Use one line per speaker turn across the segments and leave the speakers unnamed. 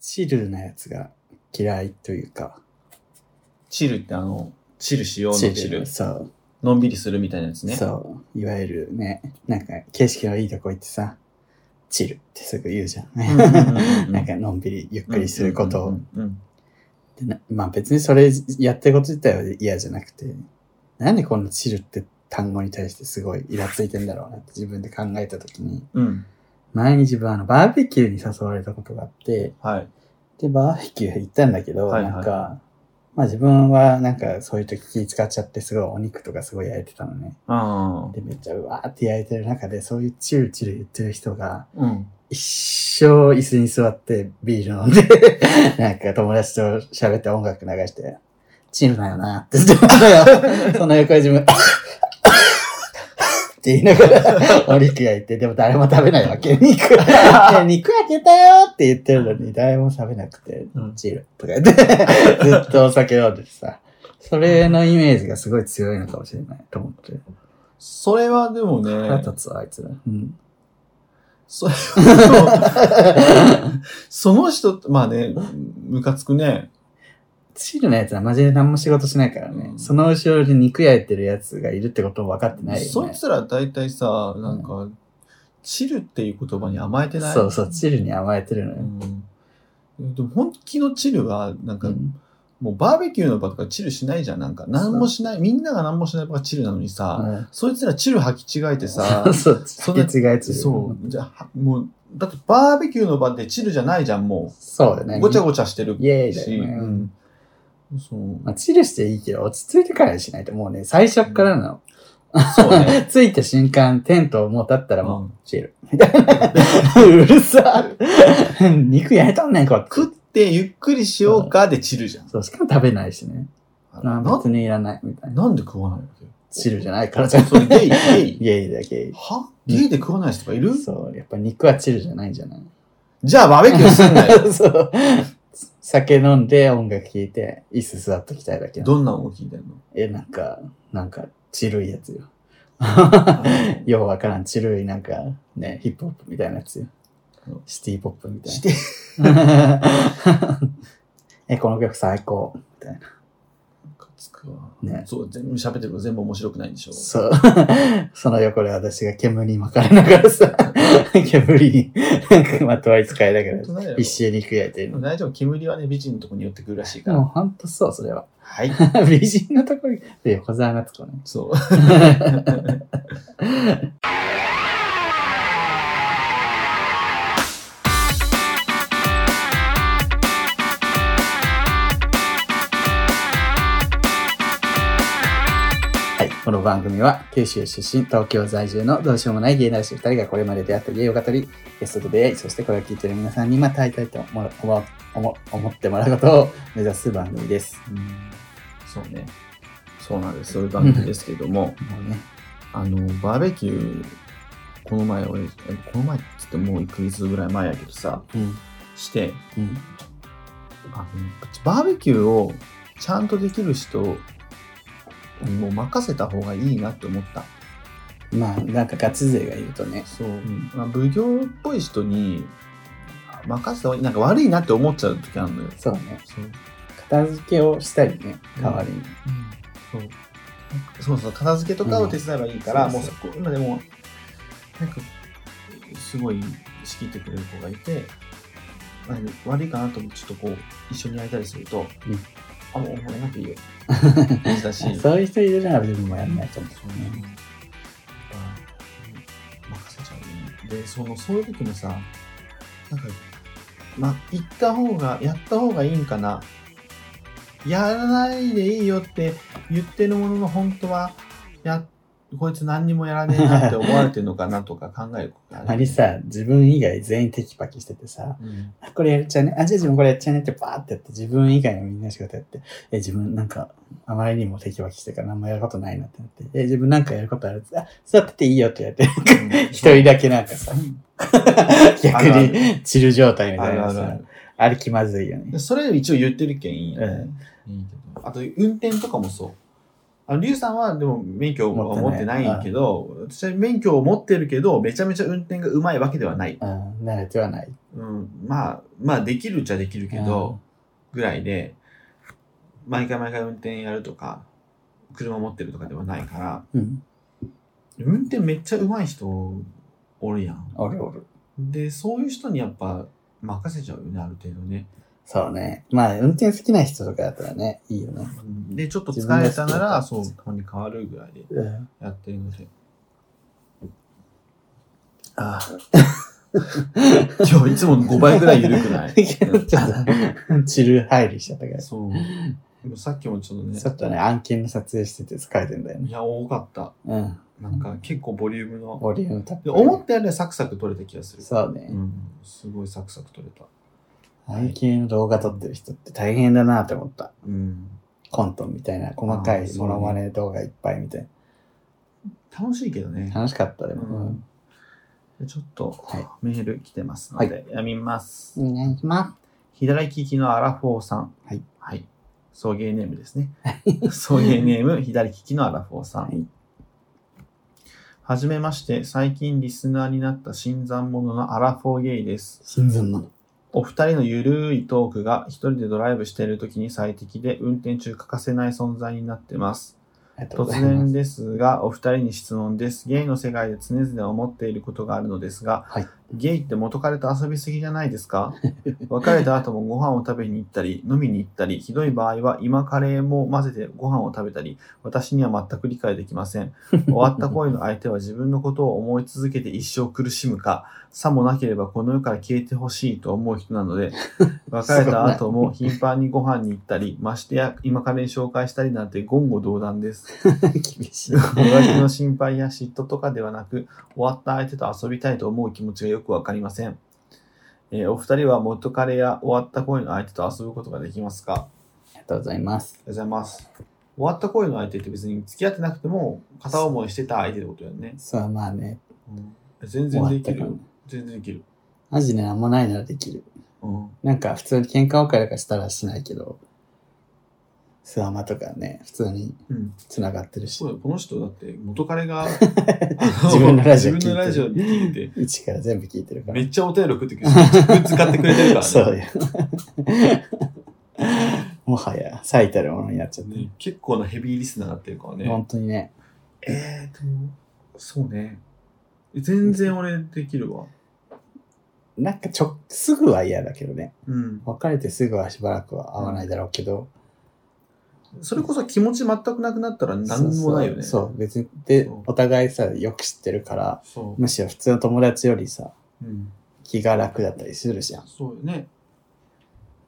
チルなやつが嫌いというか、
チルってあの、チルしようのチル。
そう、
のんびりするみたいなやつね。
そう、いわゆるね、なんか景色のいいとこ行ってさ、チルってすぐ言うじゃん。
うんうんうんう ん
なんかのんびりゆっくりすることを。
うんうんうん
でなまあ別にそれやってること自体は嫌じゃなくて、なんでこんなチルって単語に対してすごいイラついてんだろうなって自分で考えたときに、
うん。うん。
前に自分あのバーベキューに誘われたことがあって、
はい。
で、バーベキュー行ったんだけど、
はいはい
なんか、まあ自分はなんかそういう時気使っちゃってすごいお肉とかすごい焼いてたのね。
ああ。
で、めっちゃうわーって焼いてる中でそういうチルチル言ってる人が
うん。
一生椅子に座ってビール飲んで、 なんか友達と喋って音楽流して、チルだよなってずっと言ってたのよ。その横で自分、 って言いながらお肉焼いて、でも誰も食べないわけ。肉、ね肉焼けたよって言ってるのに誰も食べなくて、
うん。
チルとか言って、 ずっとお酒飲んでてさ、それのイメージがすごい強いのかもしれないと思って。
それはでも
腹
ね、
立つわ、あいつら。うん。
それ はでもその人、まあね、ムカつくね。
チルのやつはマジで何も仕事しないからね。
うん
その後ろに肉焼いてるやつがいるってことも分かってないよね。
そいつら大体さ、なんか、チルっていう言葉に甘えてない
そうそう、チルに甘えてるの
う
よ。
ん。でも本気のチルは、なん
う
か、
ん。
もうバーベキューの場とかチルしないじゃん。なんか、何もしない、みんなが何もしない場がチルなのにさ、
うん
そいつらチル履き違えてさ
そ、うそう、
そ
そ
んな
違えてる。
そう、じゃあ、もう、だってバーベキューの場でチルじゃないじゃん、も
そうだ
う。
ね。
ごちゃ
ご
ごちゃしてる
イエーイだ
し、
よね。う
うんん。そう。
まあ、チルしていいけど、落ち着いてからにしないと、もうね、最初っからなの。
そうね。
着いた瞬間、テントをもう立ったらもう、
うん
チル。みたいな。うるさ。 肉焼いとんねん、こ
食ってゆっくりしようかでチルじゃん。
そう、しかも食べないしね。
な
あ別にいらない、みたいな。
なんで食わないわけ
チルじゃないからじゃん。
それゲイ、ゲイ。
ゲイだ、ゲイ。
は家で食わない人がいる
そう、やっぱ肉はチルじゃないんじゃない
じゃあバーベキューすんなよ。
そう。酒飲んで音楽聴いて、椅子座っときたいだけなの。
どんな音聞いてんの
え、なんか、なんか、チルいやつよ。
あの
ようわからん、チルいなんか、ね、ヒップホップみたいなやつよ
うん。
シティポップみたい
し
な。
て、
え、この曲最高。
かつくわ。
ね
そう、全部喋ってること全部面白くないんでしょ。
そう。 その横で私が煙に巻かれながら さ、煙に、なんかまとわりつかいなが
本当
ら、
だよ
一周肉焼いてるの。
大丈夫、煙はね、美人のとこに寄ってくるらしいか
で
ら。
もほんとそう、それは。
はい。
美人のとこに、で横沢がつこね。
そう。
はい。この番組は、九州出身、東京在住のどうしようもない芸男子2人がこれまで出会った芸を語り、ゲストと出会い、そしてこれを聞いてる皆さんにまた会いたいと思思思思ってもらうことを目指す番組です。
うんそうね。そうなんです。そういう番組ですけども、
もうね。
あの、バーベキュー、この前、俺、えこの前っつってもう1ヶ月ぐらい前やけどさ、
うん。
して、
うん。
あのバーベキューをちゃんとできる人にもう任せた方がいいなって思った。
まあ、なんかガチ勢がいるとね。
そう、まあ、奉行っぽい人に任せた方がいいなんか悪いなって思っちゃう時あるのよ
そうね。
そう,、
片付けをしたりね、代わりに。
そうそうそう片付けとかを手伝えばいいから、
うん
もうそこ今でもなんかすごい仕切ってくれる子がいてあの悪いかなと思ってちょっとこう一緒にやりたりすると、
うん
あもうやらなくていいよ 感じだし
そういう人いるなら自分もやんないと思
そうね。やっぱ任せちゃうね。で、その、そういう時もさ、なんか、まあ、行った方が、やった方がいいんかな。やらないでいいよって言ってるものの、本当は、や、こいつ何にもやらねえなって思われてるのかなとか考えることが
う。あれ、さ、自分以外全員テキパキしててさ、
うん、
あ、これやっちゃうね。あ、じゃあ自分これやっちゃうねってバーってやって、自分以外のみんな仕事やって、え、自分なんか、あまりにもテキパキしてから何もやることないなってなって、え、自分なんかやることあるあ、座ってていいよってやって、一 人だけなんかさ、逆
あるあ
に散る状態み
あ
たい
る
な
あるあ
さ
る、
あれ気まずいよね
で。それ一応言ってるけんいいよ
う
ね。
ん。
いいけどあと、運転とかもそう。あ、リュウさんはでも免許を持
持っ
って
て
な
ない
いけど、私は免許を持ってるけど、めちゃめちゃ運転がうまいわけではない。
うん、慣れてはない。
うん、まあ、まあ、できるっちゃできるけど、ぐらいで、毎回毎回運転やるとか、車持ってるとかではないから、
うん。
運転めっちゃうまい人おるやん。
おるおる。
で、そういう人にやっぱ任せちゃうよね、ある程度ね。
そうね。まあ、運転好きな人とかだったらね、いいよね。
うんで、ちょっと疲れたなら、
自
そ
分が好きだったら
う、たまに変わるぐらいで
うん。
やってるので。ああ。今日いつもの5倍ぐらい緩く ない
ちょっと、チル入りしちゃったから。
そう。でもさっきもちょっとね
ちょ、っとね、案件の撮影してて疲れてんだよね
い。や、多かった。
うん。
なんか結構ボリュームの。
ボリュームたっ
で
ぷり。
思ったよりはサクサク取れた気がする。
そう
う
ね。
ん。すごいサクサク取れた。
案件の動画撮ってる人って大変だなと思った。
うん。
コントみたいな、細か
あ
い
そう
モノマネ動画いっぱいみたい
楽しいけどね
な。。楽しかった、で
う
も。うん
んでちょっと
はい
メール来てますので、読みます。
お願いしま
左利きのアラフォーさん。
はい。
はい。送迎ネームですね。送迎ネーム、左利きのアラフォーさん。
はい
はじめまして、最近リスナーになった新参者のアラフォーゲイです。
す。新聞の。
お二人のゆるいトークが一人でドライブしている時に最適で、運転中欠かせない存在になってます。
ありがとう
突
ございま
然
す。
ですが、お二人に質問です。ゲイの世界で常々思っていることがあるのですが、
はい
ゲイって元彼と遊びすぎじゃないで すか別れた後もご飯を食べに行ったり、飲みに行ったり、ひどい場合は今カレーも混ぜてご飯を食べたり、私には全く理解できません。終わった恋の相手は自分のことを思い続けて一生苦しむか、さもなければこの世から消えてほしいと思う人な ので、別れた後も頻繁にご飯に行ったり、ましてや今カレーに紹介したりなんて言語道断です。
厳しい。
浮気の心配や嫉妬とかではなく、終わった相手と遊びたいと思う気持ちがよくわかりません。えーお二人は元彼や終わった恋の相手と遊ぶことができますかあ
あり
りがと
がとうございます。
うございます。終わった恋の相手って別に付き合ってなくても片思いしてた相手ってことだよね。
そう、まあね、
全
終
然
わ
で
っ
き
たから
る。。全然できる。
マジでなんもないならできる。
うん。
なんか普通に喧嘩別れとかしたらしないけど、スワマとかね、普通に
うん、
繋がってるし
そ、うだよこの人だって元彼 が
自分のラジオ聞いて
自分のラジオ聞いて
一から全部聞いてるから
め。っちゃお便り送ってくるし、めっちゃ使ってくれてるからね。
そうよ。 もはや最たるものになっちゃってる
ね。結構なヘビーリスナーだってるからね。
本当にね、
えー、でも、そうね。全然俺できるわ。
なんかちょ、すぐは嫌だけどね。
うん。
別れてすぐはしばらくは会わないだろうけど。
それこそ気持ち全くなくなったら何
そう
もないよね。
そうそう、別に。で
そう、
お互いさ、よく知ってるから、
そう。
むしろ普通の友達よりさ、
うん。
気が楽だったりするじゃん。
そうよね。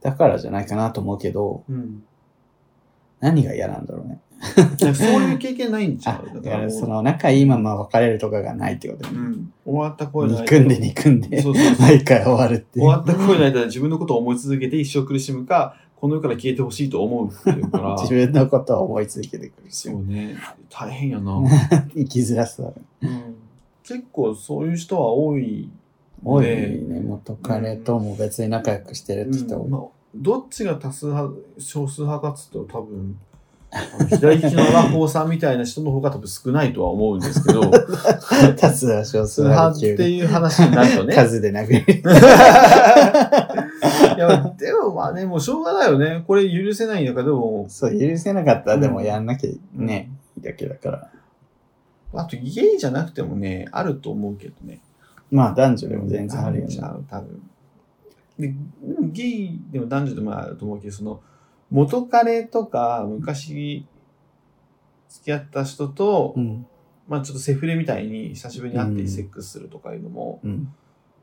だからじゃないかなと思うけど、
うん。
何が嫌なんだろうね。
そういう経験ないんち ゃ
あ
う、
だからそ
も
の仲いいまま別れるとかがないってこと
うう
ね。
ん。終わった恋の間
憎んで憎んで
そ、うそうそう。
毎回終わるって
終
い
わ
う。
った恋の間で自分のことを思い続けて一生苦しむか、この世から消えてほしいと思うっていうから。
自分のことを思い続けてくるし
そ、うね。大変やな。
生きづらさは
うん。結構そういう人は多い。
多いね。元彼とも別に仲良くしてるって人
うん
も
まあ、どっちが多数派少数派かっつったら多分あの左利きのアラフォーさんみたいな人の方が多分少ないとは思うんです けど多
多数は少数
数派
派
っ
ってていう
いう話になるとね
数で殴る。
いやでもまあねもうしょうがないよねこれ許せないんだからでも
そう、許せなかった
う
ら
ん
でもやんなきゃね、いいだけだから。
あとゲイじゃなくてもねあると思うけどね
まあ男女でも全然あるよ
ち
ね。
ゃう多分ででもゲイでも男女でもあると思うけどその元彼とか昔付き合った人と、
うん。
まあちょっとセフレみたいに久しぶりに会っ
う
て
ん
セックスするとかいうのも
うん。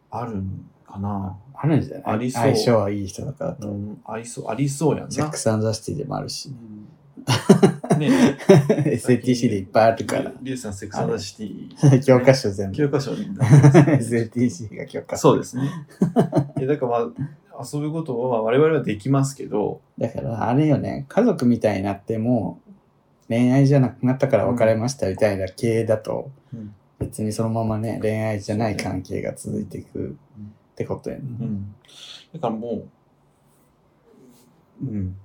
あるんかな。
あるんじゃない
ありそう
相性はいい人だから
う
と。
ん、ありそう、ありそうやん
セッ
な
ク。スザシティでもあるし
う。んね
SATC でいっぱいあるから。
リュウさん、セックスアンダーシテ ィ。
教科書全部。
教科書に。
SATC が教科書。
そうですね。いやだからまあ、遊ぶことは我々はできますけど、
だから、あれよね、家族みたいになっても、恋愛じゃなくなったから別れましたみたいな系だと、
うん
別にそのままね、恋愛じゃない関係が続いていく
うん
ってことやね。
うん。だからもう、うん、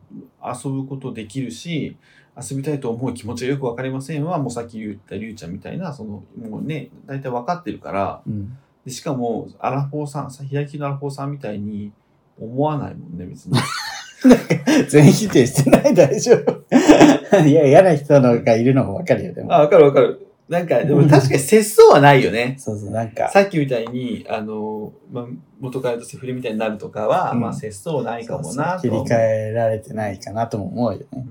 遊ぶことできるし、遊びたいと思う気持ちがよくわかりませんは、もうさっき言ったりゅうちゃんみたいな、その、もうね、大体わかってるから、
うん。
でしかも、アラフォーさん、さ左利きのアラフォーさんみたいに思わないもんね、別に。
全否定してない、大丈夫。 いや、嫌な人のがいるのもわかるよ、でも。
あ、わかるわかる。なんか、でも確かに節操はないよね。
そうそう、なんか。
さっきみたいに、あの、まあ、元カレとして振りみたいになるとかは、
うん
まあ、節操ないかもなと
切
は
り
思う
替えられてないかなとも思うよ
う
ね。
ん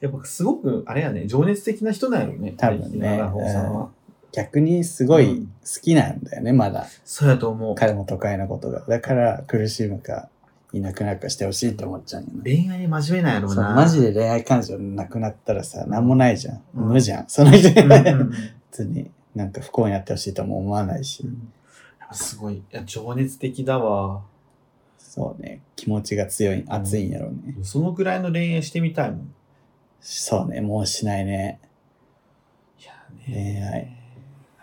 やっぱすごく、あれやね、情熱的な人なんやろね。
多分ね
アラフォーさんは。
逆にすご
う
い
ん
好きなんだよね、まだ。
そうやと思う。
彼も都会のことが。だから苦しむか、いなくなるかしてほしいと思っちゃうよね。
恋愛真面目なんやろう
そう
な。
マジで恋愛感情なくなったらさ、なんもないじゃん。
うん
無じゃん。その人
うんうんうん
別になんか不幸になってほしいとも思わないし
う。んやっぱすごい。いや、情熱的だわ。
そうね。気持ちが強い、熱いんやろうね。
そのくらいの恋愛してみたいもん。
そうね。もうしないね。
いやね。恋愛。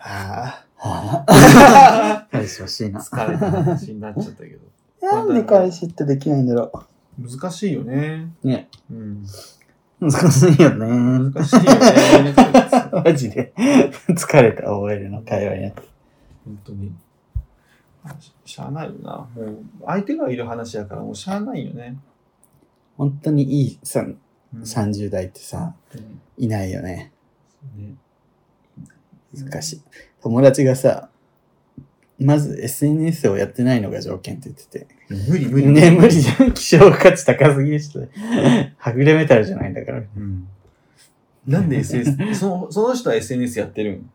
あ
は
あ。
ぁ。彼氏欲しいな。
疲れ た話になっちゃったけど。
なんで彼氏ってできないんだろ
難しいよね。
う。ね。
うん。
難しいよね。
難しいよね。
マジで。疲れた OL の会話になって。
本当に。ししゃあないよな。もう、相手がいる話やから、もうしゃあないよね。
本当にいいさ
うん
30代ってさ、
うん
いないよね。
ね
難しい。友達がさ、まず SNS をやってないのが条件って言ってて。
無理無理。
ね、無理じゃん。希少価値高すぎるし。 はぐれメタルじゃないんだから。
うんなんで SNS、そ のその人は SNS やってるん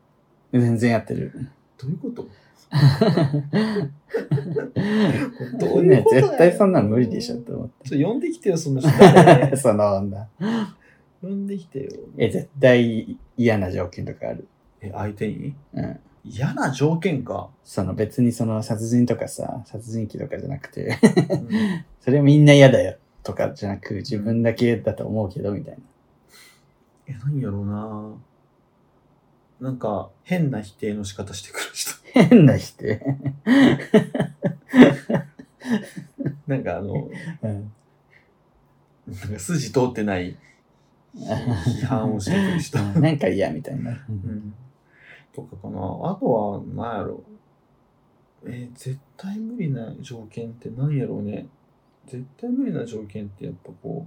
全然やってる。
どういうこと どうい
ね
うことだよ
絶対そんなん無理でしょって思っ
ちょっと呼んできてよ、その人。
て。その女。
呼んできてよ。
え、絶対嫌な条件とかある。
え、相手に
うん。
嫌な条件か。
その別にその殺人とかさ、殺人鬼とかじゃなくて、
うん
それみんな嫌だよとかじゃなく、自分だけだと思うけど、みたい
え、何やろうな。なんか、変な否定の仕方してくる人。
な。変な否定。
なんかあの、
うん。
なんか筋通ってない批判をしてくる人。う
なんか嫌みたいな。
んとかかな。あとは、何やろう。えー絶対無理な条件って何やろうね。絶対無理な条件ってやっぱこ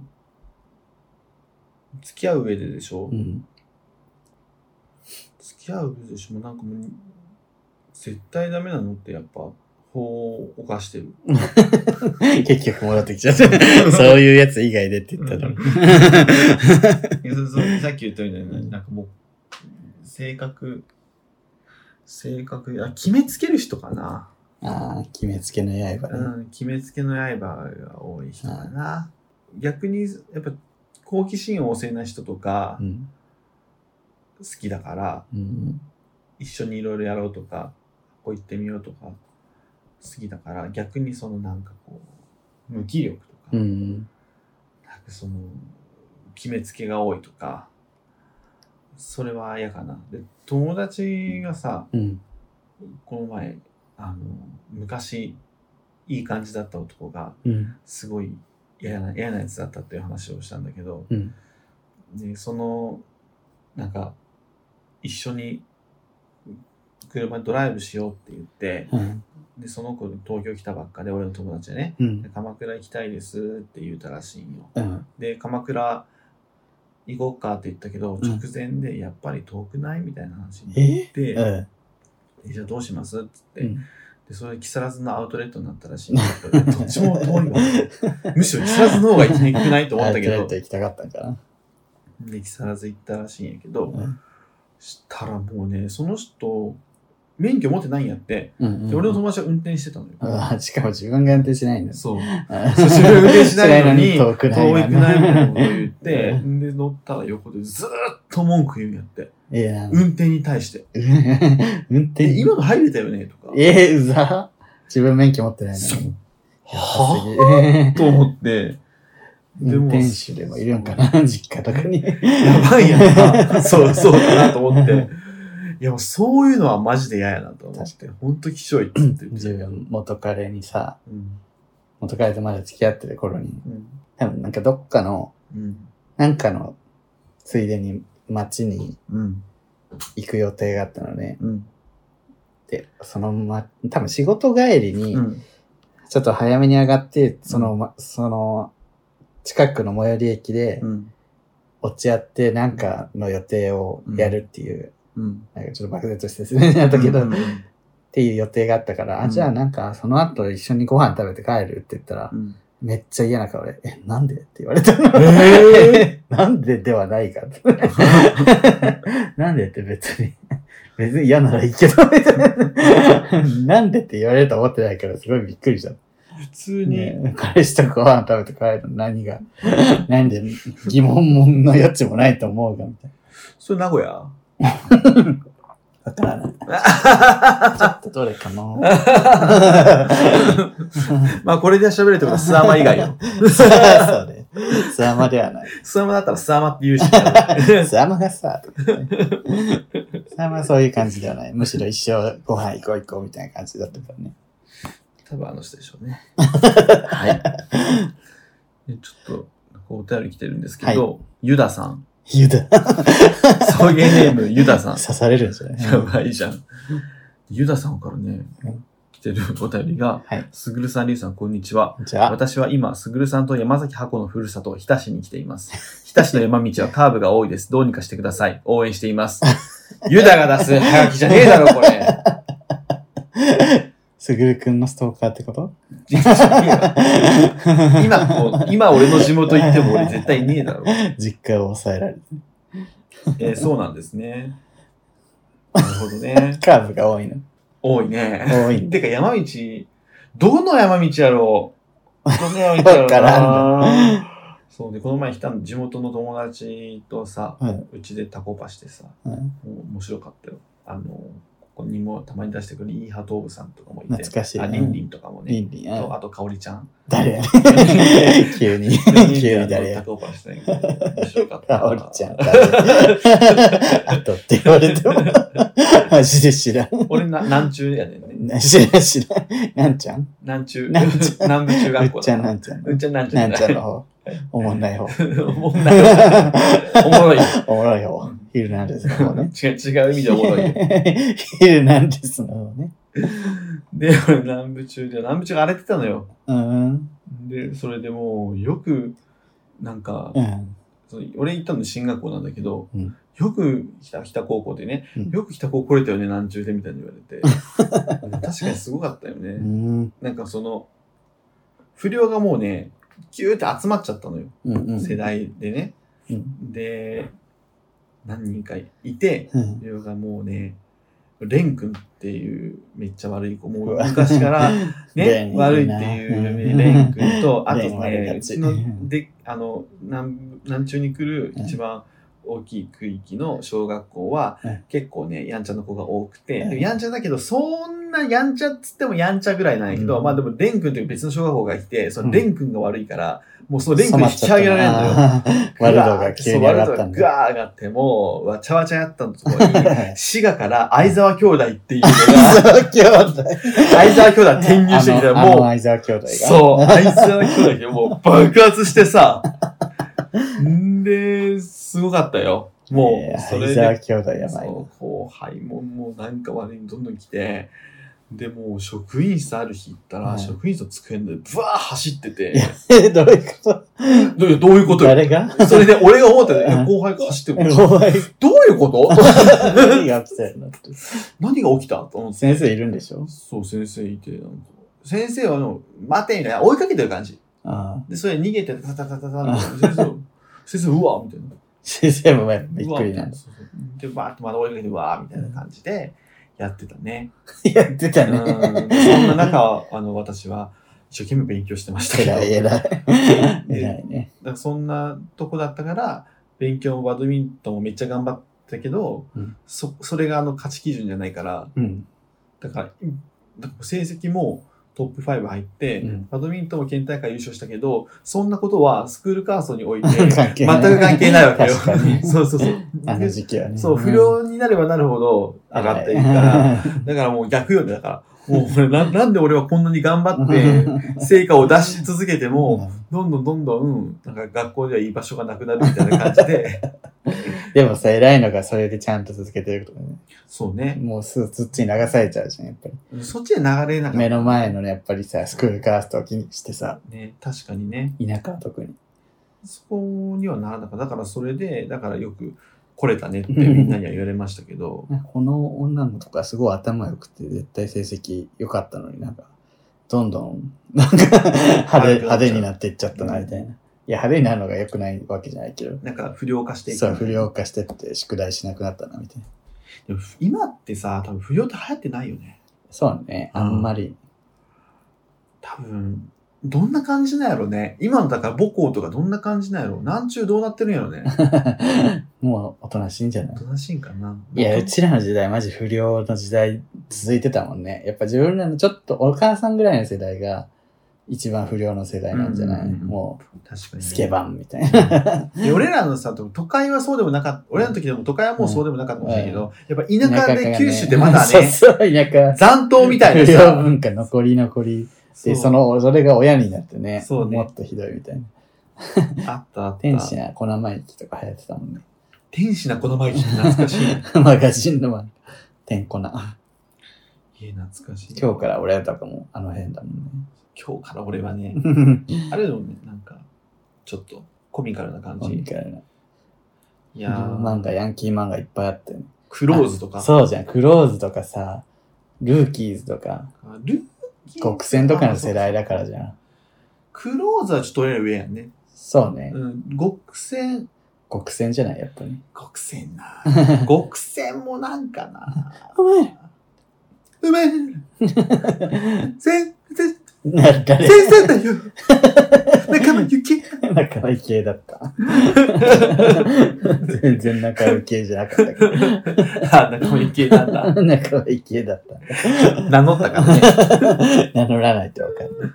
う、付き合う上ででしょ。
うん。
付き合う上でしょ。もうなんかもう、絶対ダメなのってやっぱ、法を犯してる。
結局戻ってきちゃった。そういうやつ以外でって言ったのに。
いやそうそうさっき言ったみたいな、なんかもう、性格、性格、あ、決めつける人かな。
ああ、決めつけの刃ね。
うん、決めつけの刃が多い人かな。逆に、やっぱ、好奇心旺盛な人とか
う、ん。
好きだから、
うん。
一緒にいろいろやろうとか、ここ行ってみようとか、好きだから、逆にそのなんかこう、無気力とか、
うん。
なんかその、決めつけが多いとか、それは嫌かな。で、友達がさ、
うん。
この前、あの、昔、いい感じだった男が、
うん。
すごい嫌な、嫌なやつだったっていう話をしたんだけど、
うん。
で、その、なんか、一緒に、車でドライブしようって言って、
うん。
で、その子、東京来たばっかで、俺の友達でね、
うん
で。鎌倉行きたいですって言うたらしいんよ。
うん。
で、鎌倉行こうかって言ったけど、
うん
直前でやっぱり遠くないみたいな話にな
え
って、
うん。
えじゃあどうしますって言って、
うん
で、それ木更津のアウトレットになったらしいんだけ ど、どっちも遠いわ。むしろ木更津の方が行きにくくないと思
ア
っ
ウ
た
ト
け
レ
ど
ット、行きたかったんかな。
で、木更津行ったらしいんやけど、
うん
したらもうね、その人、免許持ってないんやって、
うん
で俺の友達は運転してたのよ。
ああ、しかも自分が運転しないんだ。
そう。
そ
そう自分運転しないの に、
遠くない
遠い
な
くないみたいなこと言って、
う
で、乗ったら横でずーっと文句言うんやって、
いや、
運転に対して。
運
で、
転。
今の入れたよねとか。
ええ、うざ。自分免許持ってない
そ
の
う
に。ぁ
はぁと思って、で
運
も
転手でもいるんかな、実家とか に。
やばいやんな。そう、そうだなと思って。いや、もうそういうのはマジで嫌やなと思って。ほんときしょいっつって言って
自
たけど。
分、元彼にさ、
うん。
元彼とまだ付き合ってる頃に、
うん。
多分なんかどっかの、
うん。
なんかのついでに街に
うん。
行く予定があったのね。
うん。
で、そのま、多分仕事帰りに
う、ん。
ちょっと早めに上がって、その、ま、その、近くの最寄り駅で
うん。
落ち合ってなんかの予定をやるっていう、
うん。
なんかちょっと漠然として説明になったけど、
うん
っていう予定があったから、
う
あ、
ん
じゃあなんかその後一緒にご飯食べて帰るって言ったら、
うん。
めっちゃ嫌な顔で、え、なんでって言われたの。
え
なんでではないか と。なんでって別に、別に嫌ならいいけど、みたいな。なんでって言われると思ってないから、すごいびっくりした。
普通に、
ね、彼氏とご飯食べて帰るの何が、なんで疑問もの余地もないと思うかみたい
それ名古屋
な。わからない。 ちょっとどれかな
まあこれで喋るってことはスアマ以外
そ
よ。
うね。スワマではない。
スアマだったらスアマって言うし。う
スアマがさ、とかねスアマはそういう感じではない。むしろ一生ご飯行こう行こうみたいな感じだったからね。
多分あの人でしょうね。はい。でちょっと、お便り来てるんですけど、ユダさん。
ユダ。
送迎ネーム、ユダさん
刺。されるんじゃない
やばいじゃん。ユダさんからね
うん、
来てるお便りが
はい、
すぐるさん、りゅうさん、こんにちは。
じゃあ、
私は今、すぐるさんと山崎箱のふるさと、日田市に来ています。日田市の山道はカーブが多いです。どうにかしてください。応援してい ます。ユダが出すハガキじゃねえだろ、これ。
すぐるくんのストーカーってこと
今こう、今俺の地元行っても俺絶対いねえだろ。
実家を抑えられる。
えーそうなんですね。なるほどね。
カーブが多いの。
多いね。
多いの。
てか山道、どの山道やろうどの山道やろ う
わから
なそうで、この前来たの地元の友達とさ、
うん
うちでタコパしてさ、
うん
もう面白かったよ。あの、ここにもたまに出してくるイーハトーブさんとかもいて、
懐かしいね
あ、リンリンとかも
リ
ね、
ンリン。
と
あ
あと香織ちゃん。
誰や 急に、急に誰
タ
や
コパしてたけ ど面白かった。
あおりちゃん。 あとって言われ ても、マジで知らん。
俺な、南中やねんね。
知らん知らん。なんちゃん
南中。
南中
南部中
う
学
っ
校
ちゃ
だ
んな
な。
んちゃん。
うっちゃん南中
な
だ
んちゃんの。方。おもんない方。
おもんない。おもろい。
おもろい方。ヒルナンデスの方ね。
違う、違う意味でおも ろい。
ヒルナンデスの方ね。
で、俺南部中で、南部中が荒れてたのよ。
うーん。
で、それでもう、よく、なんか、
うん。
その俺行ったの進学校なんだけど、
うん
よく北北高校でね、
うん
よく北高校来れたよね、南中でみたいに言われ て。確かにすごかったよね。
うーん。
なんかその、不良がもうね、ぎゅーって集まっちゃったのよ。
うんうん。
世代でね。
うん。
で、何人かいて、
うん。
不良がもうね、レン君っていうめっちゃ悪い子、もう昔から ね、悪いっていうレン君と、あと
レン悪い
ね、
や
う
つ
ちの、で、あの、南南中に来る一番大きい区域の小学校は
うん、
結構ね、やんちゃな子が多くて、
うん
でもやんちゃだけど、そんなやんちゃっつってもやんちゃぐらいなんやけど、
うん
まあでも、レン君という別の小学校がいて、そ
うん
のレン君が悪いから、もうそのレン君に引き上げられる のよ。
ワルドが急に上がったん
そう
だ。
ワルドがガー上がって、もう、わちゃわちゃやったのとこに、滋賀から相沢兄弟っていうの が、
相沢兄弟。
相沢兄弟転入してきたら、
あのあの
も
相沢兄弟
う、
が。
そう、相沢兄弟がもう爆発してさ、んで、すごかったよ。も
え
う、
ー
それ
相沢
で、
兄弟やばいな。
そう後輩ももうなんか悪いのどんどん来て、で、もう職員室ある日行ったら、
はい
職員室の机の上でブワー走って
い
て
や、え、 どういうこ
どういうどういうこととよ
誰が
それで俺が思ったの
うん
よ後輩が走ってる。
怖い。
どういうこと
何が起きてるのって。
何が起きたと思って。
先生いるんでしょ
そう、先生いて、なんか。先生はあの、待てみたいな、追いかけてる感じ。
ああ。
で、それ逃げて、タタタタタタ、先生、先生、うわみたいな。
先生もやっぱびっ
うわ
くりなんだ。
そうそうで、バーッとまだ追いかけて、うわみたいな感じで、やってたね。
やってた
うん。
ね。
そんな中、あの、私は、一生懸命勉強してましたけど。
偉い
だ
偉
か
い。偉いね。
らそんなとこだったから、勉強もバドミントンもめっちゃ頑張ったけど、
うん
そ、それがあの、価値基準じゃないから、
うん。
だから、うんだから成績もトップ5入って、
うん
バドミントンも県大会優勝したけど、そんなことはスクールカーストに おいて、
全
全
く
く関係ないわけよ。。
確かに
そうそうそう。
あの時期はね。
そう、不良になればなるほど上がっていくから、だからもう逆よね。だから、もう俺な、なんで俺はこんなに頑張って、成果を出し続けても、どんどんどんどん、なんか学校では居場所がなくなるみたいな感じ で、
でもさ、偉いのがそれでちゃんと続けてることね。
そうね。
もうすそっちに流されちゃうじゃん、やっぱり。
そっちで流れなかっ
目の前のね、やっぱりさ、スクールカーストを気にしてさ、
た。ね、確かにね。
田舎は特に。
そこにはならなかった。だからそれで、だからよく来れたねってみんなには言われましたけど、
ねこの女の子とかすごい頭良くて、絶対成績良かったのになんか、どんどん、 なんか派手、
悪くなっちゃう
派手になっていっちゃったな、みたいな。いや、派手になるのが良くないわけじゃないけど、
なんか不良化していく
そう、不良化してって宿題しなくなったな、みたいな。
でも今ってさ、多分不良って流行ってないよね。
そうね、あんまり。
多分、どんな感じなんやろうね。今のだから母校とかどんな感じなんやろう。南中どうなってるんやろうね。
もうおとなしいんじゃない
おとなしいんかな。
いや、
も
うちらの時代、マジ不良の時代続いてたもんね。やっぱ自分らのちょっとお母さんぐらいの世代が一番不良の世代なんじゃない、
うんうんうん
も
確か
う、
に、
スケバンみたいな。
ン。で俺らのさ、都会はそうでもなかった。俺らの時でも都会はもうそうでもなかったかもしれないけど、やっぱ田舎で九州ってまだ
そう
ね、
そう、田舎。
残党みたいな
不良
さ。
文化残り残り。
そ
で、
う
その、それが親になってね。
そうね
もっとひどいみたいな。
あったあった。
天使な粉まいきとか流行ってたもんね。
天使なこの前聞いて懐かしい。
マガジンのま、天粉。今
いや、懐かしい。
日から俺らとかもあの辺だもん
今日から俺はね、
ね。
あれでもね、なんか、ちょっとコミカルな感
今
じ。
回の。
い
い
や
漫画、
ー、
ヤンキー漫画いっぱいあってね。
クローズとか。
そうじゃん、クローズとかさ、ルーキーズとか、
あルーキー
極戦とかの世代だからじゃん。
クローズはちょっと俺ら上やんね。
そうね
う、ん、極戦、
極戦じゃない、やっぱり。
極戦 な。極戦もなんかな。
お前
うめえ先生、先
な、誰
生だよ仲間ゆき
仲間系だ った。全然仲間系じゃなかったけど。
あ、仲間ゆきなんだ。
仲間系だった。
名乗ったからね。
名乗らないとわかんない。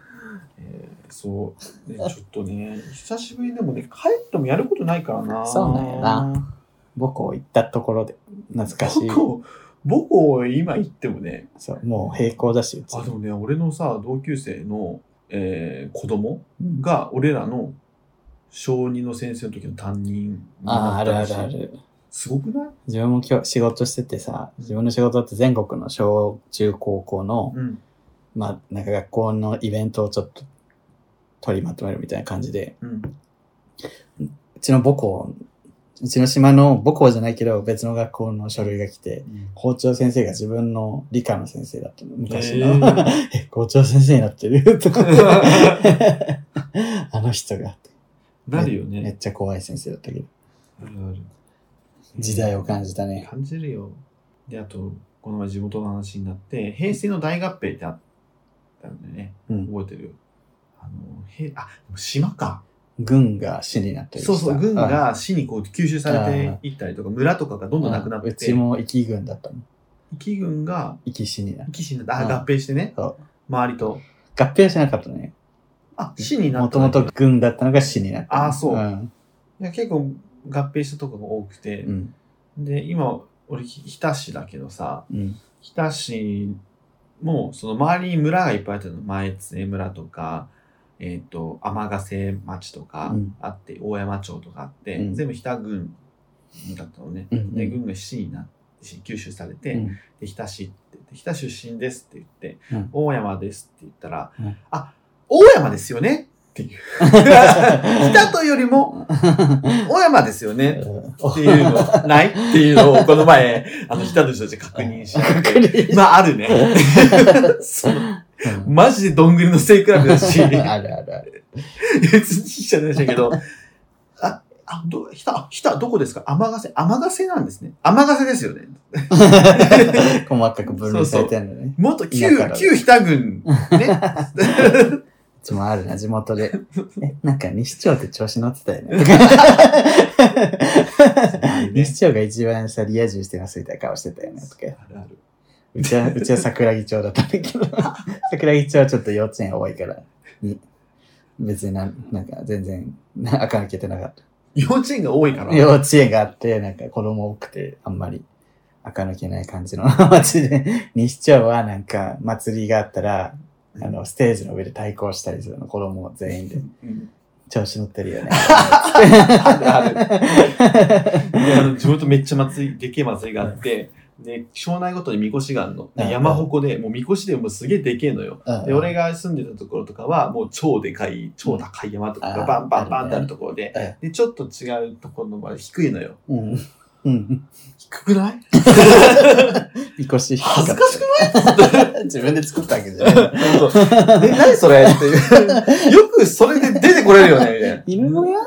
えーそう、ね、ちょっとね、久しぶりでもね、帰ってもやることないからな。
そうなんやな。母校行ったところで、懐かしい
母。校、母校へ今行ってもね、
そう、もう平行だし、うち
あ、でもね、俺のさ、同級生の、えー子供
うん
が、俺らの小2の先生の時の担任に
ああ、
な
あ
った
るあ
らしい
るある。
すごくない
自分も今日仕事しててさ、自分の仕事って全国の小中高校の、
うん。
まあ、なんか学校のイベントをちょっと取りまとめるみたいな感じで、
うん。
うちの母校、うちの島の母校じゃないけど別の学校の書類が来て、校長先生が自分の理科の先生だったの、昔の。
え
え校長先生になってると思 って あの人が、
なるよね。
めっちゃ怖い先生だったけど、
あるある。
時代を感じたね。
感じるよ。で、あと、この前地元の話になって、平成の大合併ってあったんだよね。
うん。
覚えてるあの、へあ、島か。
軍が死になってる
そうそう、軍が死にこう吸収され
あ
ていったりとか、村とかがどんどんなくなって、
うんうちも生き軍だったの。
敵軍が
生き死になる。
騎士になって、
うん
あ、合併してね
そう、
周りと。
合併はしなかったね。
あ、死にな
も
った
と
んだ
も
けど。
と軍だったのが死になったの。
あーそうんいや結構合併したとこが多くて、
うん。
で、今、俺、ひ日田市だけどさ、
うん。
日田市も、その周りに村がいっぱいあったの。前津村とか、えっ、と、天瀬町とか
うん
あって、大山町とかあって、
うん
全部日田郡だったのね。
うんうん
で、軍が市になって、吸収されて、
うん
で日田市って言って、日田出身ですって言って、
うん
大山ですって言ったら、
うん
あ、大山ですよねっていう。 日田というよりも、大山ですよね っていうの、ないっていうのを、この 前、あの、日田の人たち確認し、
確認
まあ、あるね。 その
うん
マジでどんぐりの背比べだ し、
あるあるある。
別にしちゃいましたけど、あ、あ、ど、日田、あ日田どこですか天ヶ瀬、天ヶ瀬なんですね。天ヶ瀬ですよね。
細かく分類されてるのね。
元旧
田舎だ、
旧日田郡、 ね。
うちもあるな、地元 で。え、なんか西町って調子乗ってたよね。 西町が一番さ、リア充してますみたいな顔してたよね。とか
あるある
うちは、 うちは桜木町だったんだけ ど、桜木町はちょっと幼稚園多いから、に別になんなんか全然、な垢抜けてなかった。
幼稚園が多いから。
幼稚園があって、なんか子供多くて、あんまり垢抜けない感じの 街で、西町はなんか祭りがあったら、あの、ステージの上で対抗したりするの、子供全員で。調子乗ってるよね。
あるであの地元めっちゃ祭り、でけえ祭りがあって、で、庄内ごとにみこしがあるの。
うん
で山鉾で、もうみこしでもうすげえでけえのよ。
うん
で、俺が住んでたところとかは、もう超でかい、超高い山とか
うんあ
が
ー
バンバンバンってあるところで
あるね、
で、ちょっと違うところのは低いのよ。
うん。うん。
低く ない
みこし
恥ずかしく
ない自分で作ったわけじゃない。
ないえ、何それっていう。よくそれで出てこれるよね、みたいな。
犬小屋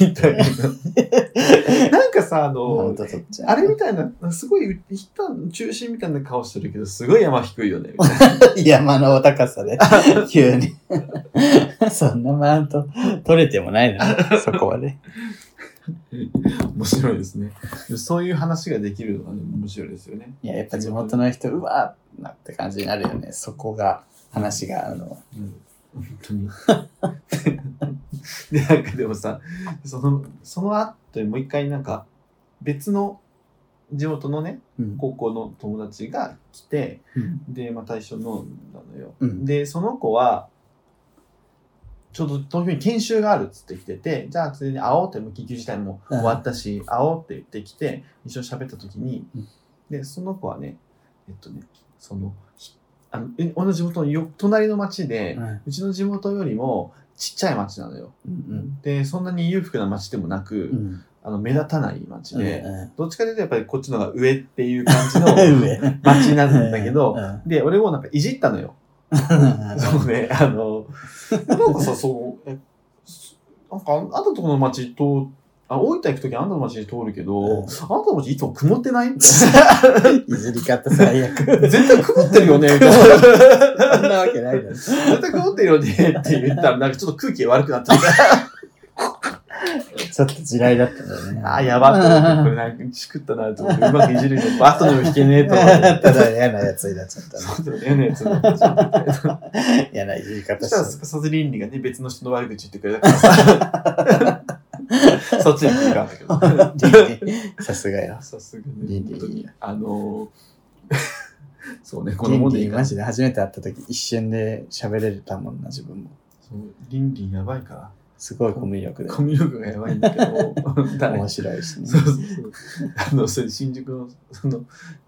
みたい な。なんかさ、あ
ほ
の
ん、とそっち。
あれみたいな、すごい、一旦中心みたいな顔してるけど、すごい山低いよね。
山の高さで、急に。そんなマウント取れてもないな、そこはね。
面白いですね。そういう話ができるのが、ね、面白いですよね。
いや、やっぱ地元の人、うわーなって感じになるよね。そこが、話が、あの、
うん本当に。で、なんかでもさ、その、その後にもう一回なんか、別の地元のね、
うん。
高校の友達が来て、
うん
で、また一緒に飲んだのよ。
うん
で、その子は、ちょうど東京に研修があるっつってきてて、じゃあ、ついでに会おうって、もう緊急事態も終わったし、会おうって言ってきて、一緒に喋った時に
うん、
で、その子はね、えっとね、その、ひあのえ俺の地元のよ隣の町で、
うん
うちの地元よりもちっちゃい町なのよ。
うん
で、そんなに裕福な町でもなく、
うん
あの目立たない町
うん
で、どっちかというとやっぱりこっちの方が上っていう感じの
上
町なんだけど、
うん
で、俺もなんかいじったのよ。そうね、 あの、なんかさ、そう、え、すなんかあんたとこの町と、あ、大分行くときあんたの町に通るけど、
うん
あんたの町いつも曇って ない絶
いじり方最悪。
対曇ってるよ ね、みたい
そんな
な。
わけないだろ。
絶対曇ってるよねって言ったら、なんかちょっと空気が悪くなっちゃった。
ちょっと地雷だったんだよね。
あー、やばっと思って、これなんか、チクったなと思って、うまくいじるけど、バストでも引けねえと思って。
ただ嫌なやつになっちゃったな。
そうだよね、嫌なやつになってしまって
嫌ないじり
そ
方
したら、
し
すかさず倫理がね、別の人の悪口言ってくれたからさ。 そっちに行かんだけど。
た。さすがよ。
さすが
倫
ね、
理
本当に。あの ーそうね、この
倫
もんでい
理、
いかな
マジで初めて会った時一瞬で喋れたもんな、自分も。
そう倫理やばいか
すごいコミュ力で
ら。。コミュ力がやばいんだけ ど、だね
面白いしね
そ。うそうそう。あの、それ新宿の、その、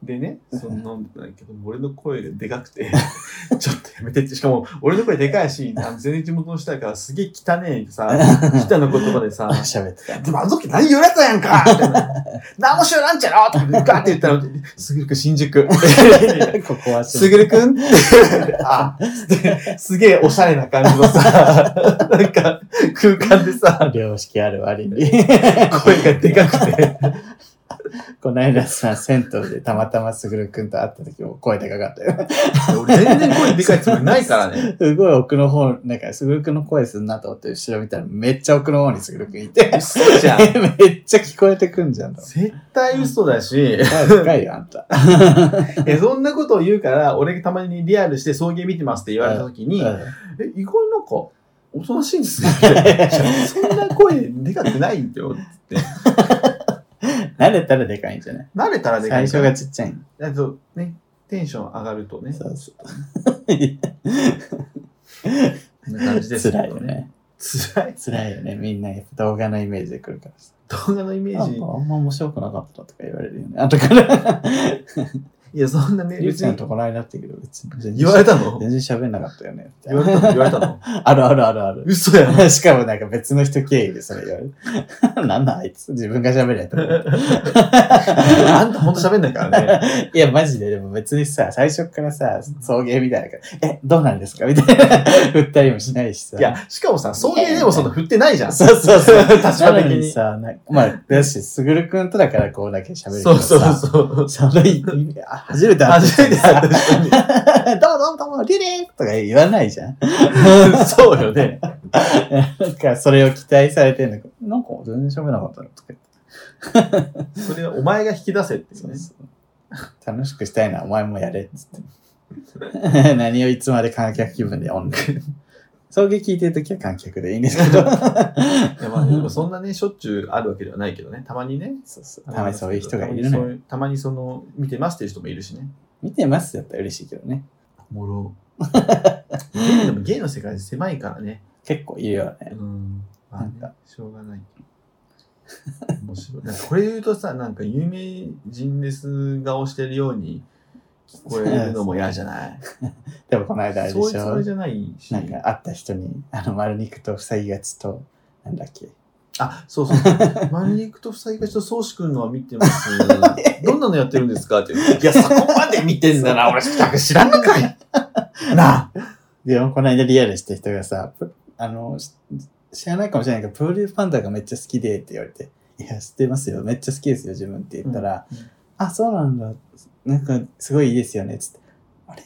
でね、その飲んでたんだけど、俺の声がでかくて、 ちょっとやめてって、しかも、俺の声でかいし、あの全然地元の人だから、すげえ汚ねえさ、汚の言葉でさ、
喋ってた。
でもあの時何言うやつやんかみたいな 何も知らんちゃろとかガーって言ったら、すぐるくん 新宿。
ここは
すぐるくんって あ、すげえおしゃれな感じのさ、 なんか空間でさ、
良識ある割に。
声がでかくて。
この間さ、銭湯でたまたますぐるくんと会った時も声でかかったよ。
俺全然声でかいつもりないからね。
すごい奥の方、なんかすぐるくんの声すんなと思って後ろ見たらめっちゃ奥の方にすぐるくんいて。
嘘じゃん。
めっちゃ聞こえてくんじゃ ん。
絶対嘘だ し、
声でかいよ、あんた。
えそんなことを言うから、俺がたまにリアルして送迎見てますって言われた時に、え、意外になんか、おとなしいんですねって。いやそんな声でかくないんだよって。
慣れたらでかいんじゃない
慣れたらでか
最
い。
初がちっちゃいの。
えっとね、テンション上がるとね、
そうそう。
こんな感じです
辛いよ。ね。
辛い。
辛いよね。みんなやっぱ動画のイメージで来るからさ。
動画のイメ
な
ー
ん
ジ
か。あんま面白くなかったとか言われるよね。あとから、
いや、そんなね、
ゆう
別
ちゃん
に
とこの間だったけど、別に全然
言われたの
全然喋んなかったよね。
言われたの言われ たの
あるあるあるある。
嘘やん。
しかもなんか別の人経由でそれ言われる。 なんだあいつ自分が喋れと思って。
あんたほんと喋んないからね。
いや、マジで、でも別にさ、最初からさ、送迎みたいなから、え、どうなんですかみたいな、振ったりもしないしさ。
いや、しかもさ、送迎でもその振ってないじゃん。
そうそう そう。
立場的
なの
に。
さ、なんかまあ、だし、すぐるくんとだからこうだけ喋るけ
そ
ど
うそう
さ。
そう。
その意味あ初めて会った
初
人
め
に
て
さ
会った人に。
どうもどうも、リリーとか言わないじゃん。
そうよね。
なんか、それを期待されてんだけど、なんか全然喋らなかったのとか言って。
それはお前が引き出せっていう
そう
ね。
そう楽しくした いな、お前もやれっつって。何をいつまで観客気分でおんねん。送迎聞いてるときは観客でいいんですけど。
いやまあ、でもそんなね、しょっちゅうあるわけではないけどね、たまにね。
そうそうたまにそういう人がいる
た
の
まにそう
よ。
いうたまにその、見てますっていう人もいるしね。
見てますだったら嬉しいけどね。
おも ろ。ゲイでもゲイの世界狭いからね。
結構いるよね。
うん。まあね
なんか
しょうがない。面白い。なんかこれ言うとさ、なんか有名人です顔してるように聞こえるのも嫌じゃない
でもこの間あれで
そういう
し
つもり
ょ
じ。ゃないし。
なんか会った人に、あの、丸肉とふさぎがちと、なんだっけ。
あ、そうそう。マリークと夫妻がちと宗志くんのは見てます。 どんなのやってるんですかって言う。いや、そこまで見てんだな、俺、全く知らんのかい。なあ。
でもこの間リアルした人がさ、プあの、し知らないかもしれないけど、プロデュースパンダがめっちゃ好きでって言われて、いや、知ってますよ。めっちゃ好きですよ、自分って言ったら、
うんうん
あ、そうなんだ。なんか、すごいいいですよね、つって。あれ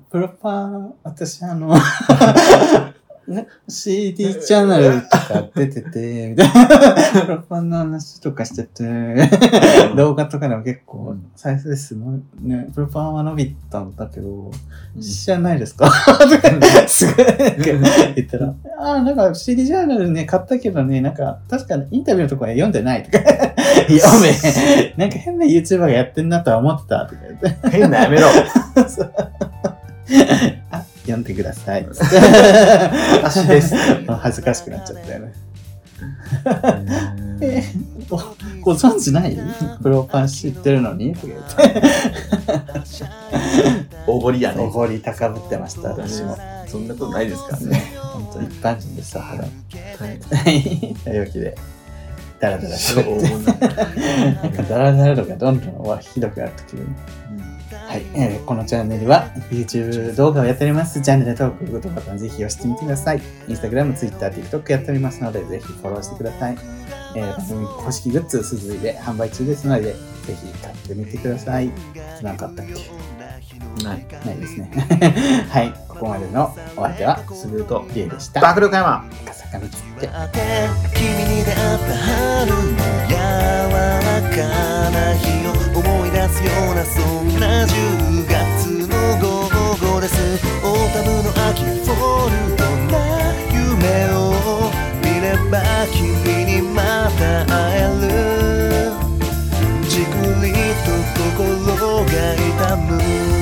プロパー、私あ の、ね CD チャンネルとか出てて、みたいな。 プロパンの話とかしてて、動画とかでも結
う
構
ん
再生数の、ね、プロパンは伸びたんだけど、
うん
知らないですか すごいなん か言ったら、ああ、なんか CD ジャーナルね、買ったけどね、なんか確かにインタビューのとこは読んでないとか、いや、おめえ、 なんか変な YouTuber がやってんなとは思ってたとか言って、
変なや めろ。
あ、読んでください。
私です。
恥ずかしくなっちゃったよね。え
え
ごご存知ないプロパン知ってるのにとか言って。
おごりや
お
ね。
ごり高ぶってました、私も。
そんなことないですからね。
ね、本当一般人ですよ、ほ ら。
はい。
はい、というわけで、ダラダラし
そう
て
思うな
なん かダラダラとかどんどんはひどくなってくる。はい、えーこのチャンネルは YouTube 動画をやっております。チャンネル登録、グッドボタンぜひ押してみてください。Instagram、Twitter、TikTok やっておりますので、ぜひフォローしてください。えー番組公式グッズ、すずりで販売中ですので、ぜひ買ってみてください。なんかあったっけ
ない。
ないですね。 はい、ここまでのお相手は、
すると、
りゅうでした。
爆力山
赤坂見つって。
君に出会った春の柔らかな日を思い出すようなそんな10月の午後ですオータムの秋フォルトな夢を見れば君にまた会えるじくりと心が痛む